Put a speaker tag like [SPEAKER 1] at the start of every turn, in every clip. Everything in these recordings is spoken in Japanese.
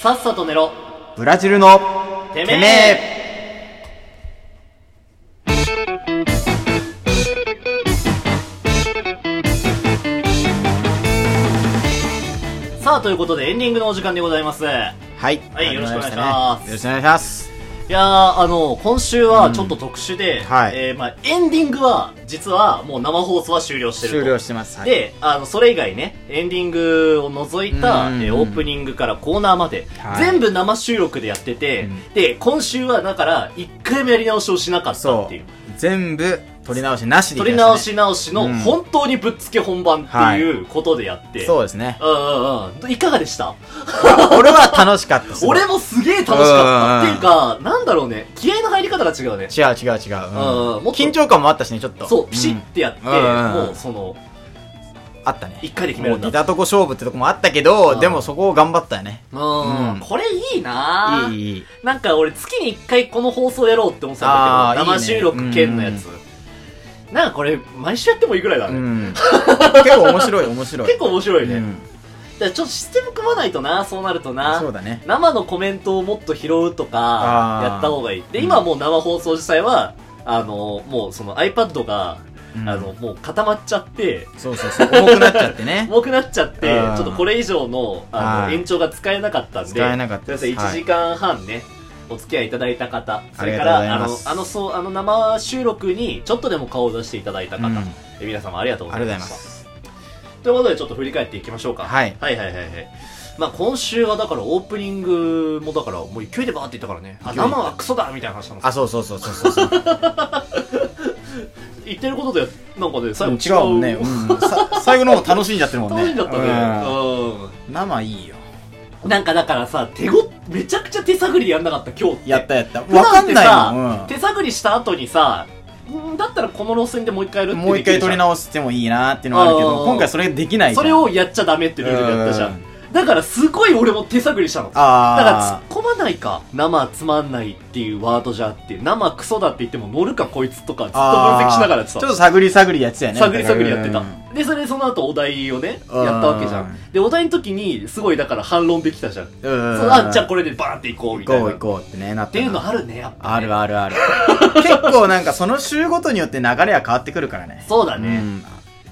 [SPEAKER 1] さっさと寝ろ
[SPEAKER 2] ブラジルの
[SPEAKER 1] てめえさあということでエンディングのお時間でございますい
[SPEAKER 2] はい、
[SPEAKER 1] はいよろしくお願いします
[SPEAKER 2] よろしくお願いします
[SPEAKER 1] やーあの今週はちょっと特殊で、
[SPEAKER 2] んはい
[SPEAKER 1] えーまあ、エンディングは実はもう生放送は終了してると
[SPEAKER 2] 終了してます、はい、
[SPEAKER 1] であのそれ以外ねエンディングを除いた、
[SPEAKER 2] うんうんうん
[SPEAKER 1] えーオープニングからコーナーまで、
[SPEAKER 2] はい
[SPEAKER 1] 全部生収録でやってて、
[SPEAKER 2] うん
[SPEAKER 1] で今週はだから1回もやり直しをしなかったっ
[SPEAKER 2] そ
[SPEAKER 1] ていう
[SPEAKER 2] う全部取り直しなしでい
[SPEAKER 1] 取
[SPEAKER 2] き
[SPEAKER 1] り
[SPEAKER 2] ま
[SPEAKER 1] 直
[SPEAKER 2] した
[SPEAKER 1] し
[SPEAKER 2] ね
[SPEAKER 1] 直しの
[SPEAKER 2] うん
[SPEAKER 1] 本当にぶっつけ本番っていうことでやって、
[SPEAKER 2] そうですね
[SPEAKER 1] うんうんうんいかがでした
[SPEAKER 2] 俺は楽しかったです
[SPEAKER 1] 俺
[SPEAKER 2] 違う
[SPEAKER 1] もすげえ楽しかった
[SPEAKER 2] うん
[SPEAKER 1] っていうかなんだろうね気合の入り方が違うね
[SPEAKER 2] 違う違う、
[SPEAKER 1] うんうんもっと
[SPEAKER 2] 緊張感もあったしねちょっと
[SPEAKER 1] そうピシ
[SPEAKER 2] ん
[SPEAKER 1] ッてやって、
[SPEAKER 2] うんうんうん
[SPEAKER 1] もうその
[SPEAKER 2] あったね
[SPEAKER 1] 1回で決め
[SPEAKER 2] も
[SPEAKER 1] る
[SPEAKER 2] う
[SPEAKER 1] だ
[SPEAKER 2] ん出たとこ勝負ってとこもあったけど、
[SPEAKER 1] うん
[SPEAKER 2] でもそこを頑張ったよね
[SPEAKER 1] うん
[SPEAKER 2] うん
[SPEAKER 1] これいいなぁ
[SPEAKER 2] いいいい
[SPEAKER 1] なんか俺月に1回この放送やろうって思ってたんだけど、
[SPEAKER 2] あーいい
[SPEAKER 1] 生
[SPEAKER 2] ね
[SPEAKER 1] 収録兼のやつ。なんかこれ、毎週やってもいいぐらいだ
[SPEAKER 2] う
[SPEAKER 1] ね。
[SPEAKER 2] ん結構面白い面白い
[SPEAKER 1] 結構面白いね。だ
[SPEAKER 2] うん
[SPEAKER 1] からちょっとシステム組まないとな、そうなるとな。
[SPEAKER 2] そうだね
[SPEAKER 1] 生のコメントをもっと拾うとか
[SPEAKER 2] あ、ー
[SPEAKER 1] やった方がいい。で、
[SPEAKER 2] うん
[SPEAKER 1] 今もう生放送自体は、あの、もうその iPad が、
[SPEAKER 2] うん
[SPEAKER 1] あの、もう固まっちゃって、
[SPEAKER 2] そうそうそう重くなっちゃって ね
[SPEAKER 1] 重くなっちゃって、ち
[SPEAKER 2] うん
[SPEAKER 1] ょっとこれ以上のあ
[SPEAKER 2] は
[SPEAKER 1] の
[SPEAKER 2] い
[SPEAKER 1] 延長が使えなかったんで、
[SPEAKER 2] 使えなかった
[SPEAKER 1] すいま
[SPEAKER 2] です
[SPEAKER 1] せん1
[SPEAKER 2] は
[SPEAKER 1] 時
[SPEAKER 2] い
[SPEAKER 1] 間半ね、お付き合いいただいた方、それか
[SPEAKER 2] あり
[SPEAKER 1] ら、あ
[SPEAKER 2] がと
[SPEAKER 1] の
[SPEAKER 2] うございま、す
[SPEAKER 1] あの、そう、あの、生収録にちょっとでも顔を出していただいた方、
[SPEAKER 2] うん
[SPEAKER 1] え皆様ありがとうございまし
[SPEAKER 2] ありがとうございま
[SPEAKER 1] た。ということで、ちょっと振り返っていきましょうか。
[SPEAKER 2] はい
[SPEAKER 1] はいはいはいはい。まあ今週はだからオープニングもだからもう勢いでバーっていったからね、あ、
[SPEAKER 2] 勢いで
[SPEAKER 1] 生はクソだみたいな話なんです
[SPEAKER 2] あそうそうそうそうそうそう
[SPEAKER 1] 言ってることで、なんかね、最後
[SPEAKER 2] 違うもんね、うん、さ最後の方楽しんじゃってるもんね
[SPEAKER 1] 楽しんじゃったね。
[SPEAKER 2] うん
[SPEAKER 1] うん
[SPEAKER 2] 生いいよ
[SPEAKER 1] なんかだからさ、手ご、めちゃくちゃ手探りでやんなかった、今日って。
[SPEAKER 2] やったやった
[SPEAKER 1] 普段
[SPEAKER 2] わかん
[SPEAKER 1] ってさ
[SPEAKER 2] ないもん、
[SPEAKER 1] 手探りした後にさ、んだったらこの路線でもう一回やる
[SPEAKER 2] う
[SPEAKER 1] っ
[SPEAKER 2] ん、
[SPEAKER 1] て
[SPEAKER 2] もう一回
[SPEAKER 1] できる
[SPEAKER 2] 取り
[SPEAKER 1] じゃん
[SPEAKER 2] 直してもいいなっていうのはあるけ
[SPEAKER 1] う
[SPEAKER 2] ど
[SPEAKER 1] ん
[SPEAKER 2] 今回それできないじゃん
[SPEAKER 1] それをやっちゃダメってルールでやったじゃ
[SPEAKER 2] うんん。
[SPEAKER 1] だからすごい俺も手探りしたの。だから
[SPEAKER 2] あ
[SPEAKER 1] 突っ込まないか。生つまんないっていうワードじゃって、生クソだって言っても乗るかこいつとかずっと分
[SPEAKER 2] あ
[SPEAKER 1] 析しながら
[SPEAKER 2] ち
[SPEAKER 1] さ
[SPEAKER 2] ょっ。と探り探りやってたよね
[SPEAKER 1] 探り探りやって
[SPEAKER 2] う
[SPEAKER 1] た
[SPEAKER 2] ん。
[SPEAKER 1] で、それでその後お題をね、やった
[SPEAKER 2] うん
[SPEAKER 1] わけじゃん。で、お題の時にすごいだから反論できたじゃん。
[SPEAKER 2] う
[SPEAKER 1] そのあ、じゃあこれでバーンっていこうみ
[SPEAKER 2] 行
[SPEAKER 1] たい
[SPEAKER 2] こ
[SPEAKER 1] な。
[SPEAKER 2] う行こうってねなっ
[SPEAKER 1] ったて
[SPEAKER 2] な
[SPEAKER 1] いうのあるね、やっぱ、ね。
[SPEAKER 2] あるあ るある結構なんかその週ごとによって流れは変わってくるからね
[SPEAKER 1] そうだね。
[SPEAKER 2] ん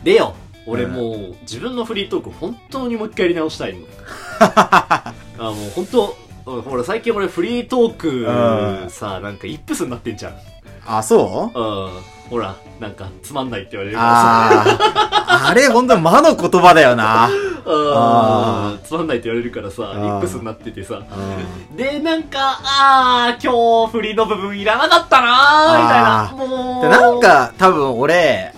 [SPEAKER 1] でよ、俺もう、自分のフリートーク本当にもう一回やり直したいの。 あもう本当、うんほら最近俺フリートー
[SPEAKER 2] う
[SPEAKER 1] ク
[SPEAKER 2] ん
[SPEAKER 1] さ、なんかイップスになってんじゃん。うん。
[SPEAKER 2] あそう
[SPEAKER 1] ほら、なんかつまんないって言われるから
[SPEAKER 2] あああれほんと魔の言葉だよな
[SPEAKER 1] さ。
[SPEAKER 2] あ
[SPEAKER 1] うん。つまんないって言われるからさ、イ
[SPEAKER 2] ん
[SPEAKER 1] ップスになっててさ。
[SPEAKER 2] うん
[SPEAKER 1] で、なんか、あー、今日振りの部分いらなかったなー、みたいな。もう。
[SPEAKER 2] でなん、か多分俺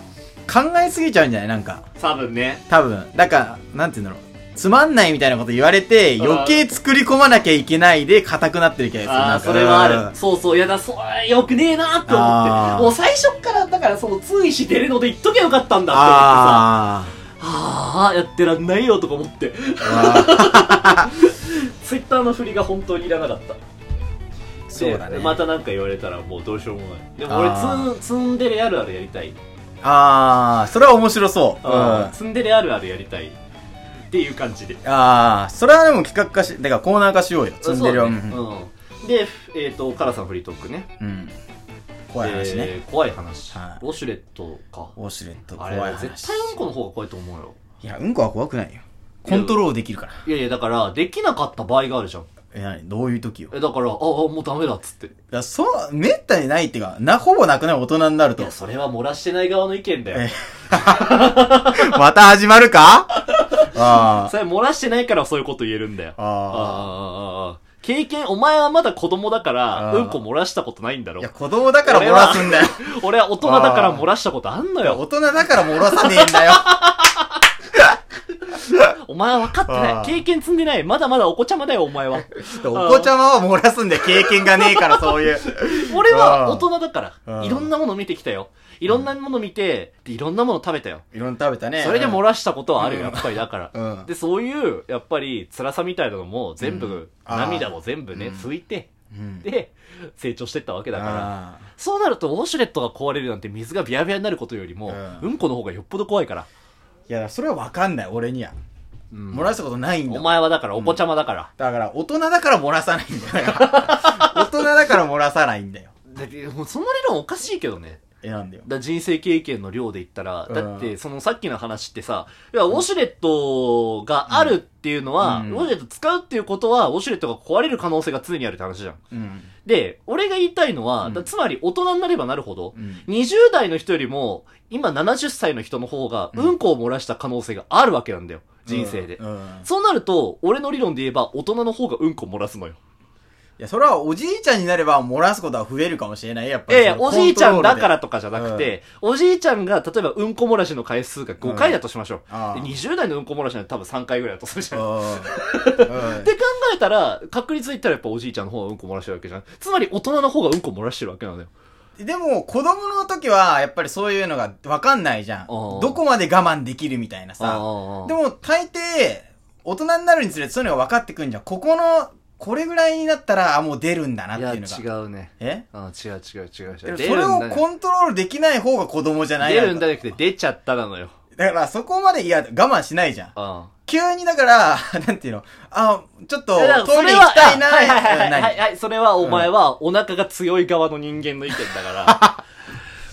[SPEAKER 2] 考えすぎちゃうんじゃないなんか
[SPEAKER 1] 多分ね。
[SPEAKER 2] 多分なんかなんて言うんだろうつまんないみたいなこと言われて
[SPEAKER 1] うん
[SPEAKER 2] 余計作り込まなきゃいけないで硬くなってる気がする
[SPEAKER 1] あ
[SPEAKER 2] な
[SPEAKER 1] あ、
[SPEAKER 2] んか
[SPEAKER 1] それはあ
[SPEAKER 2] う
[SPEAKER 1] る。
[SPEAKER 2] ん
[SPEAKER 1] そうそう、いやだ、そう、よくねえなって思っ
[SPEAKER 2] あ
[SPEAKER 1] て。
[SPEAKER 2] ー
[SPEAKER 1] もう最初っから、だからその、通意し出るので言っとけばよかったんだって思ってさ。
[SPEAKER 2] あ
[SPEAKER 1] ああ、やってらんないよとか思って。
[SPEAKER 2] ーあ
[SPEAKER 1] ツイッターの振りが本当にいらなかった。
[SPEAKER 2] ーそうだね
[SPEAKER 1] でまたなんか言われたらもうどうしようもない。でも俺
[SPEAKER 2] あー
[SPEAKER 1] ツン、ツンデレあるあるやりたい。
[SPEAKER 2] ああそれは面白そううん
[SPEAKER 1] うん
[SPEAKER 2] あ
[SPEAKER 1] ツンデレあるあるやりたい。っていう感じで。
[SPEAKER 2] あそれはでも企画化しだからコーナー化しようよ積んでるよ
[SPEAKER 1] そううね
[SPEAKER 2] ん
[SPEAKER 1] うん。で、えっと、カラさんフリートークね。
[SPEAKER 2] うん怖い話
[SPEAKER 1] え
[SPEAKER 2] ね
[SPEAKER 1] ー。怖い話。ウ
[SPEAKER 2] はい
[SPEAKER 1] ォシュレットか。
[SPEAKER 2] ウォシュレット
[SPEAKER 1] あ
[SPEAKER 2] 怖
[SPEAKER 1] れ
[SPEAKER 2] い話
[SPEAKER 1] 絶対うんこの方が怖いと思うよ。
[SPEAKER 2] いやうんこは怖くないよコントロールできるから
[SPEAKER 1] いやいや、だから、できなかった場合があるじゃん。
[SPEAKER 2] え何どういう時よ
[SPEAKER 1] え、だから、ああ、もうダメだっつって。い
[SPEAKER 2] いや、そう、めったにないっていうか、な、ほぼなくない大人になる と
[SPEAKER 1] や、。それは漏らしてない側の意見だよ
[SPEAKER 2] え。また始まるかあ
[SPEAKER 1] それ漏らしてないからそういうこと言えるんだよ。
[SPEAKER 2] あ。
[SPEAKER 1] あああ
[SPEAKER 2] あ
[SPEAKER 1] あああ、経験、お前はまだ子供だから、
[SPEAKER 2] あー
[SPEAKER 1] うんこ漏らしたことないんだ
[SPEAKER 2] あ。
[SPEAKER 1] ろ
[SPEAKER 2] いや、。子供だから漏らすんだよ。
[SPEAKER 1] 俺は大人だから漏らしたことあんの
[SPEAKER 2] いや
[SPEAKER 1] よ。
[SPEAKER 2] 大人だから漏らさねえんだよ。
[SPEAKER 1] お前は分かってな
[SPEAKER 2] あ
[SPEAKER 1] い。
[SPEAKER 2] ー
[SPEAKER 1] 経験積んでない。まだまだお子ちゃまだよ、お前は。
[SPEAKER 2] お子ちゃまは漏らすんだよ。経験がねえから、そういう。
[SPEAKER 1] 俺は
[SPEAKER 2] あー
[SPEAKER 1] 大人だか
[SPEAKER 2] あ
[SPEAKER 1] ら、
[SPEAKER 2] ー
[SPEAKER 1] いろんなもの見てきたよ。いろんなもの見て、でいろんなもの食べたよ。
[SPEAKER 2] いろんな食べたね。
[SPEAKER 1] それで漏
[SPEAKER 2] ら
[SPEAKER 1] らしたことはあるよ、やっぱりだから。
[SPEAKER 2] うん
[SPEAKER 1] で、そういう、やっぱり、辛さみたいなのも、全部、
[SPEAKER 2] うんあー
[SPEAKER 1] 涙も全部ね、
[SPEAKER 2] うん
[SPEAKER 1] ついて、
[SPEAKER 2] うん。
[SPEAKER 1] で、成長してったわけだから。
[SPEAKER 2] あー
[SPEAKER 1] そうなると、ウォシュレットが壊れるなんて水がビャビャになることよりも、う
[SPEAKER 2] うん
[SPEAKER 1] んこの方がよっぽど怖いから。
[SPEAKER 2] いや、それはわかんない、俺には。
[SPEAKER 1] うん
[SPEAKER 2] 漏らしたことないんだ
[SPEAKER 1] お
[SPEAKER 2] もん
[SPEAKER 1] 前はだからお子ちゃまだから、
[SPEAKER 2] だから、大人だから漏らさないん だよ。大人だから漏らさないんだよ。
[SPEAKER 1] だってもうその理論おかしいけどね
[SPEAKER 2] え、なんだよ。
[SPEAKER 1] だ人生経験の量で言ったら、
[SPEAKER 2] うん
[SPEAKER 1] だって、そのさっきの話ってさ、いや、ウォシュレットがあるっていうのは、
[SPEAKER 2] うん
[SPEAKER 1] ウォシュレット使うっていうことは、ウォシュレットが壊れる可能性が常にあるって話じゃん。
[SPEAKER 2] うん。
[SPEAKER 1] で、俺が言いたいのは、
[SPEAKER 2] うん
[SPEAKER 1] だつまり大人になればなるほど、
[SPEAKER 2] うん。
[SPEAKER 1] 20代の人よりも、今70歳の人の方が、
[SPEAKER 2] うん
[SPEAKER 1] うんこを漏らした可能性があるわけなんだよ。人生で。
[SPEAKER 2] うん。うん
[SPEAKER 1] そうなると、俺の理論で言えば、大人の方がうんこ漏らすのよ。
[SPEAKER 2] いや、それはおじいちゃんになれば漏らすことは増えるかもしれない。やっぱ
[SPEAKER 1] い
[SPEAKER 2] り。。
[SPEAKER 1] やいや、おじいちゃんだかららとかじゃなくて、おじいちゃんが、例えばうんこ漏らしの回数が5回だとしましょう。
[SPEAKER 2] あ
[SPEAKER 1] で
[SPEAKER 2] あ
[SPEAKER 1] 20代のうんこ漏らしなんて多分3回ぐらいだとするじゃん。っ
[SPEAKER 2] うんうん
[SPEAKER 1] て考えたら、確率で言ったらやっぱおじいちゃんの方がうんこ漏らしてるわけじゃん。つまり大人の方がうんこ漏らしてるわけなんだよ。
[SPEAKER 2] でも、子供の時は、やっぱりそういうのがわかんないじゃん。
[SPEAKER 1] ああ
[SPEAKER 2] どこまで我慢できるみたいなさ。
[SPEAKER 1] あ
[SPEAKER 2] でも、大抵、大人になるにつれてそういうのが分かってくんじゃん。ここの、これぐらいになったら、あ、もう出るんだなっ
[SPEAKER 1] い
[SPEAKER 2] て
[SPEAKER 1] や、
[SPEAKER 2] いうのが。
[SPEAKER 1] 違うね。
[SPEAKER 2] え
[SPEAKER 1] あ違う違う違う
[SPEAKER 2] で
[SPEAKER 1] 違う。
[SPEAKER 2] もそれをコントロールできない方が子供じゃない
[SPEAKER 1] 出るんだ
[SPEAKER 2] だ
[SPEAKER 1] じゃなくて出ちゃったなのよ。
[SPEAKER 2] からそこまで、いや、我慢しないじゃん。
[SPEAKER 1] うん。
[SPEAKER 2] 急にだから、 なんていうの、あ、ちょっと、
[SPEAKER 1] いやだから
[SPEAKER 2] トイレ行きたいな、
[SPEAKER 1] はいはいはい
[SPEAKER 2] うん
[SPEAKER 1] はい
[SPEAKER 2] 何
[SPEAKER 1] はい、はい、それはお前はお腹が強い側の人間の意見だから、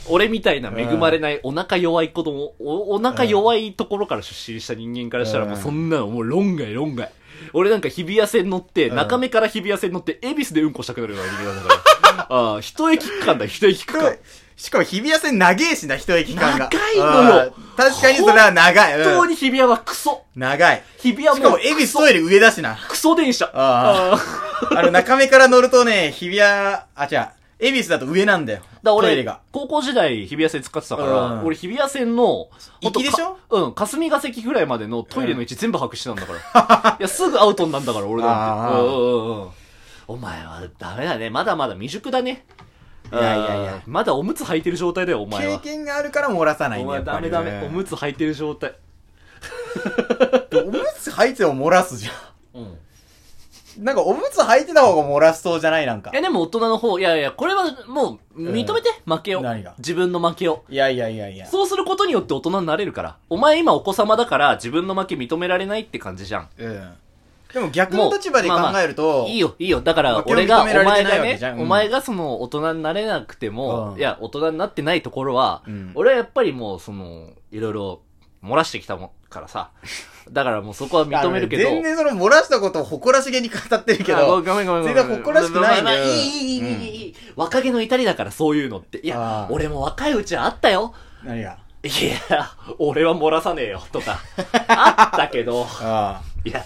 [SPEAKER 1] 俺みたいな恵まれないお腹弱い子供、おお腹弱いところから出身した人間からしたら
[SPEAKER 2] うん
[SPEAKER 1] もうそんなのもう論外論外。俺なんか日比谷線乗って、
[SPEAKER 2] うん
[SPEAKER 1] 中目から日比谷線乗って、恵比寿でうんこしたくなるような人間なんだ から。ああ、一駅区間だ、一駅区間。
[SPEAKER 2] しかも日比谷線長えしな、一駅間が。
[SPEAKER 1] 長いのよ
[SPEAKER 2] うん。確かにそれは長い。
[SPEAKER 1] 本当
[SPEAKER 2] うん、
[SPEAKER 1] に日比谷はクソ。
[SPEAKER 2] 長い。
[SPEAKER 1] 日比谷
[SPEAKER 2] しか
[SPEAKER 1] も
[SPEAKER 2] も、
[SPEAKER 1] う
[SPEAKER 2] エビストイレ上だしな。
[SPEAKER 1] クソ電車。
[SPEAKER 2] あ
[SPEAKER 1] ああ
[SPEAKER 2] あの、中目から乗るとね、日比谷、あ、違う、エビスだと上なんだよ。
[SPEAKER 1] だ
[SPEAKER 2] トイレ
[SPEAKER 1] 俺
[SPEAKER 2] が。、
[SPEAKER 1] 高校時代日比谷線使ってたから、
[SPEAKER 2] うん
[SPEAKER 1] 俺日比谷線の、
[SPEAKER 2] 行きでしょ
[SPEAKER 1] ほんとかうん、霞が関ぐらいまでのトイレの位置全部把握してたんだ から。いや、すぐアウトになんだから、俺だっ
[SPEAKER 2] あ
[SPEAKER 1] て。
[SPEAKER 2] ー
[SPEAKER 1] うんうんうん。お前はダメだね。まだまだ未熟だね。
[SPEAKER 2] いやいやいや
[SPEAKER 1] うん。まだおむつ履いてる状態だよ、お前
[SPEAKER 2] 経
[SPEAKER 1] は。
[SPEAKER 2] 験があるから漏らさない
[SPEAKER 1] お
[SPEAKER 2] んだよ。
[SPEAKER 1] 前ダメダメ。おむ
[SPEAKER 2] つ。
[SPEAKER 1] つ履いてる状態。
[SPEAKER 2] おむつ履いても漏らすじゃ
[SPEAKER 1] うん。
[SPEAKER 2] ん。なんか、おむつ履いてた方が漏らしそうじゃないなんか
[SPEAKER 1] いや、。でも大人の方、いやいや、これはもう、認めて、負けを
[SPEAKER 2] 何が。
[SPEAKER 1] 自分の負けを。
[SPEAKER 2] いやいやいやいや。
[SPEAKER 1] そうすることによって大人になれるから。お前今お子様だから自分の負け認められないって感じじゃん。
[SPEAKER 2] うん。でも逆の立場で考えると、
[SPEAKER 1] いいよ、いいよ。だから
[SPEAKER 2] 負けを
[SPEAKER 1] 俺が、お
[SPEAKER 2] 認められて
[SPEAKER 1] 前
[SPEAKER 2] ない
[SPEAKER 1] が
[SPEAKER 2] わけじゃ
[SPEAKER 1] ね
[SPEAKER 2] ん、うん
[SPEAKER 1] お前がその大人になれなくても
[SPEAKER 2] う、ん
[SPEAKER 1] いや、大人になってないところは
[SPEAKER 2] うん、
[SPEAKER 1] 俺はやっぱりもうその、いろいろ漏らしてきたもんからさ。だからもうそこは認めるけど。
[SPEAKER 2] あのね全然その漏らしたことを誇らしげに語ってるけ
[SPEAKER 1] あごめ
[SPEAKER 2] ど、
[SPEAKER 1] んごめんごめん。
[SPEAKER 2] 全然誇らしくないんだよ
[SPEAKER 1] まあまあいいいいいいいいいいい。若気の至りだからそういうのって。いや
[SPEAKER 2] あ、ー
[SPEAKER 1] 俺も若いうちはあったよ。
[SPEAKER 2] 何が
[SPEAKER 1] いや、俺は漏らさねえよ、とか。 あったけど。
[SPEAKER 2] あ
[SPEAKER 1] いや、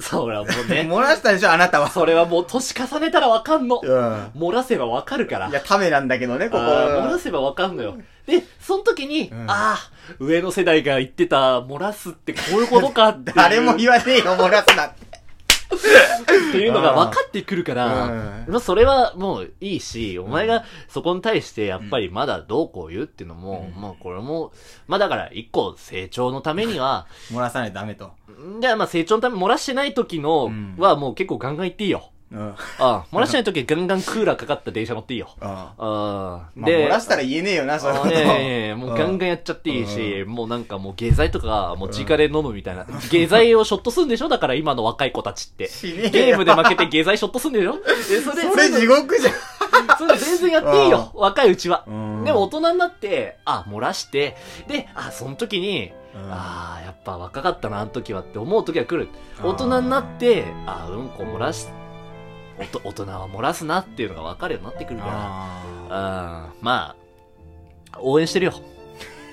[SPEAKER 1] それはもう
[SPEAKER 2] あ。
[SPEAKER 1] ね。
[SPEAKER 2] 漏らしたでしょ、あなたは。
[SPEAKER 1] それはもう年重ねたらわかんの。
[SPEAKER 2] う
[SPEAKER 1] 漏らせばわかるから。
[SPEAKER 2] ん。いや、ためなんだけどね、ここ。
[SPEAKER 1] あー漏らせばわかんのよ。で、その時に、
[SPEAKER 2] うん
[SPEAKER 1] ああ、上の世代が言ってた、漏らすってこういうことかっていう。
[SPEAKER 2] 誰も言わねえよ、漏らすな って。
[SPEAKER 1] っていうのが分かってくるから、
[SPEAKER 2] う
[SPEAKER 1] まあそれはもういいし、お前がそこに対してやっぱりまだどうこう言うっていうのも、
[SPEAKER 2] うん
[SPEAKER 1] まあこれも、まあだから一個成長のためには、
[SPEAKER 2] 漏らさないとダメと。
[SPEAKER 1] じゃあまあ成長のため漏らしてない時の
[SPEAKER 2] うん
[SPEAKER 1] はもう結構ガンガン言っていいよ。
[SPEAKER 2] うん。
[SPEAKER 1] ああ漏らしてない時はガンガンクーラーかかった電車乗っていいよ。
[SPEAKER 2] あ
[SPEAKER 1] ああ
[SPEAKER 2] まあ、漏らしたら言えねえよな、そういう
[SPEAKER 1] あ
[SPEAKER 2] こ
[SPEAKER 1] ーい
[SPEAKER 2] と。
[SPEAKER 1] やいやいやもうガンガンやっちゃっていいし、もうなんかもう下剤とか、もう直で飲むみたいな。下剤をショットするんでしょだから今の若い子たちって。
[SPEAKER 2] しねえよ
[SPEAKER 1] ゲームで負けて下剤ショットするんでしょえそれ、
[SPEAKER 2] それ地獄じゃん。
[SPEAKER 1] それ全然やっていいよ。若いうちは。
[SPEAKER 2] うん
[SPEAKER 1] でも大人になって、あ、漏らして、で、あ、その時に、
[SPEAKER 2] うん
[SPEAKER 1] ああ、やっぱ若かったな、あの時はって思う時は来る。
[SPEAKER 2] あー
[SPEAKER 1] 大人になって、あーうんこ漏らす、おと大人は漏らすなっていうのが分かるようになってくるから。
[SPEAKER 2] あ
[SPEAKER 1] あーまあ、応援してるよ。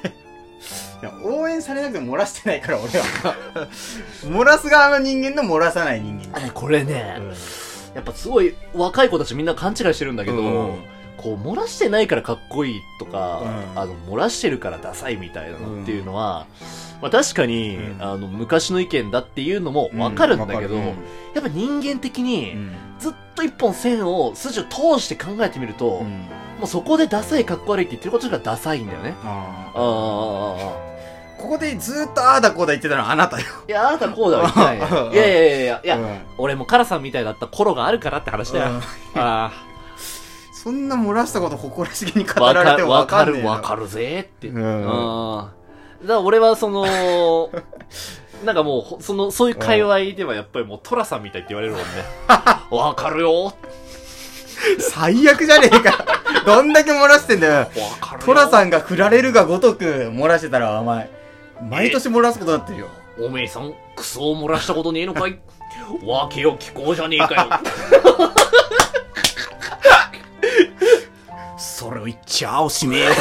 [SPEAKER 2] ーいや応援されなくても漏らしてないから、俺は。 漏らす側の人間の漏らさない人間。
[SPEAKER 1] あこれね、
[SPEAKER 2] うん
[SPEAKER 1] やっぱすごい若い子たちみんな勘違いしてるんだけど、
[SPEAKER 2] うん
[SPEAKER 1] こう漏らしてないからかっこいいとか、
[SPEAKER 2] うん
[SPEAKER 1] あの漏らしてるからダサいみたいなのっていうのは、まあ確かに、
[SPEAKER 2] うん
[SPEAKER 1] あの昔の意見だっていうのもわかるんだけど、
[SPEAKER 2] うんわ
[SPEAKER 1] や
[SPEAKER 2] かる
[SPEAKER 1] っぱ人間的
[SPEAKER 2] う
[SPEAKER 1] に
[SPEAKER 2] ん
[SPEAKER 1] ずっと一本線を筋を通して考えてみると、
[SPEAKER 2] う
[SPEAKER 1] も
[SPEAKER 2] ん
[SPEAKER 1] うそこでダサいかっこ悪いって言ってることがダサいんだよね。
[SPEAKER 2] あ
[SPEAKER 1] ああああああ
[SPEAKER 2] ーここでずーっとああだこうだ言ってたのはあなたよ。
[SPEAKER 1] いや、あなたこうだわ、言っ てないねいやいやいやいや、いや、俺もカラさんみたいだった頃があるからって話だよ。
[SPEAKER 2] うん
[SPEAKER 1] ああ。
[SPEAKER 2] そんな漏らしたこと誇らしげに語
[SPEAKER 1] わ
[SPEAKER 2] られても
[SPEAKER 1] わ
[SPEAKER 2] わ
[SPEAKER 1] か
[SPEAKER 2] かんねえ
[SPEAKER 1] る
[SPEAKER 2] よ
[SPEAKER 1] わかるぜって。う。
[SPEAKER 2] うんん
[SPEAKER 1] だから俺はその、 なんかもうほ、その、そういう界隈ではやっぱりもう、トラさんみたいって言われ るもんね。わかるよわ
[SPEAKER 2] 最悪じゃねえか。 どんだけ漏らしてんだよ。
[SPEAKER 1] かるよ
[SPEAKER 2] トラさんが振られるがごとく漏らしてたら、お前、毎年漏らすことになってるよ。
[SPEAKER 1] おめえさん、クソを漏らしたことねえのかいわけを聞こうじゃねえか
[SPEAKER 2] それを言っちゃおしめえよ。
[SPEAKER 1] よ。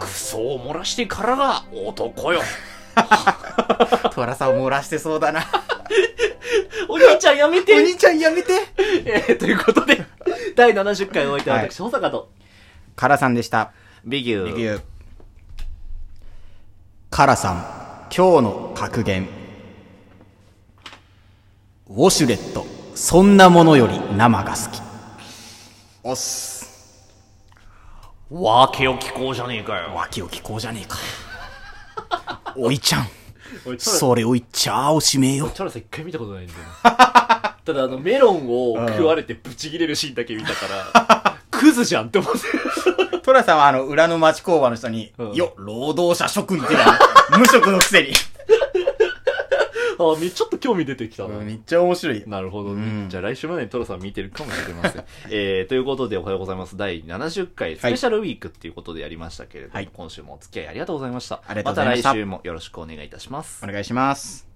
[SPEAKER 1] クソを漏らしてからが男よ。
[SPEAKER 2] トラさんを漏らしてそうだな。
[SPEAKER 1] お兄ちゃんやめ
[SPEAKER 2] お
[SPEAKER 1] て
[SPEAKER 2] 兄ちゃんやめて。
[SPEAKER 1] えーということで、第70回を終えて私、保坂と、
[SPEAKER 2] カラさんでした。
[SPEAKER 1] ビギュー。
[SPEAKER 2] カラさん、今日の格言。ウォシュレット、そんなものより生が好き。おっす。
[SPEAKER 1] わけを聞こうじゃねえかよ。
[SPEAKER 2] 脇を聞こうじゃねえか。 おいちゃん、
[SPEAKER 1] おい
[SPEAKER 2] それを言っちゃおしめえよ。
[SPEAKER 1] チャラさん一回見たことないんだよ。 ただあの、メロンを食われてブチギレるシーンだけ見たから、 クズじゃんって思って。
[SPEAKER 2] トラさんはあの、裏の町工場の人に、
[SPEAKER 1] ん
[SPEAKER 2] よ、労働者職員ってな、無職のくせに。
[SPEAKER 1] あ、みちょっと興味出てきたな。
[SPEAKER 2] めっちゃ面白い。
[SPEAKER 1] なるほどね。
[SPEAKER 2] うん
[SPEAKER 1] じゃあ来週までにトラさん見てるかもしれま せん。えー、ということでおはようございます。第70回スペシャルウィークっていうことでやりましたけれども、
[SPEAKER 2] はい
[SPEAKER 1] 今週もお付き合いありがとうございました。
[SPEAKER 2] ありがとうございました
[SPEAKER 1] た来週もよろしくお願いいたします。
[SPEAKER 2] お願いします。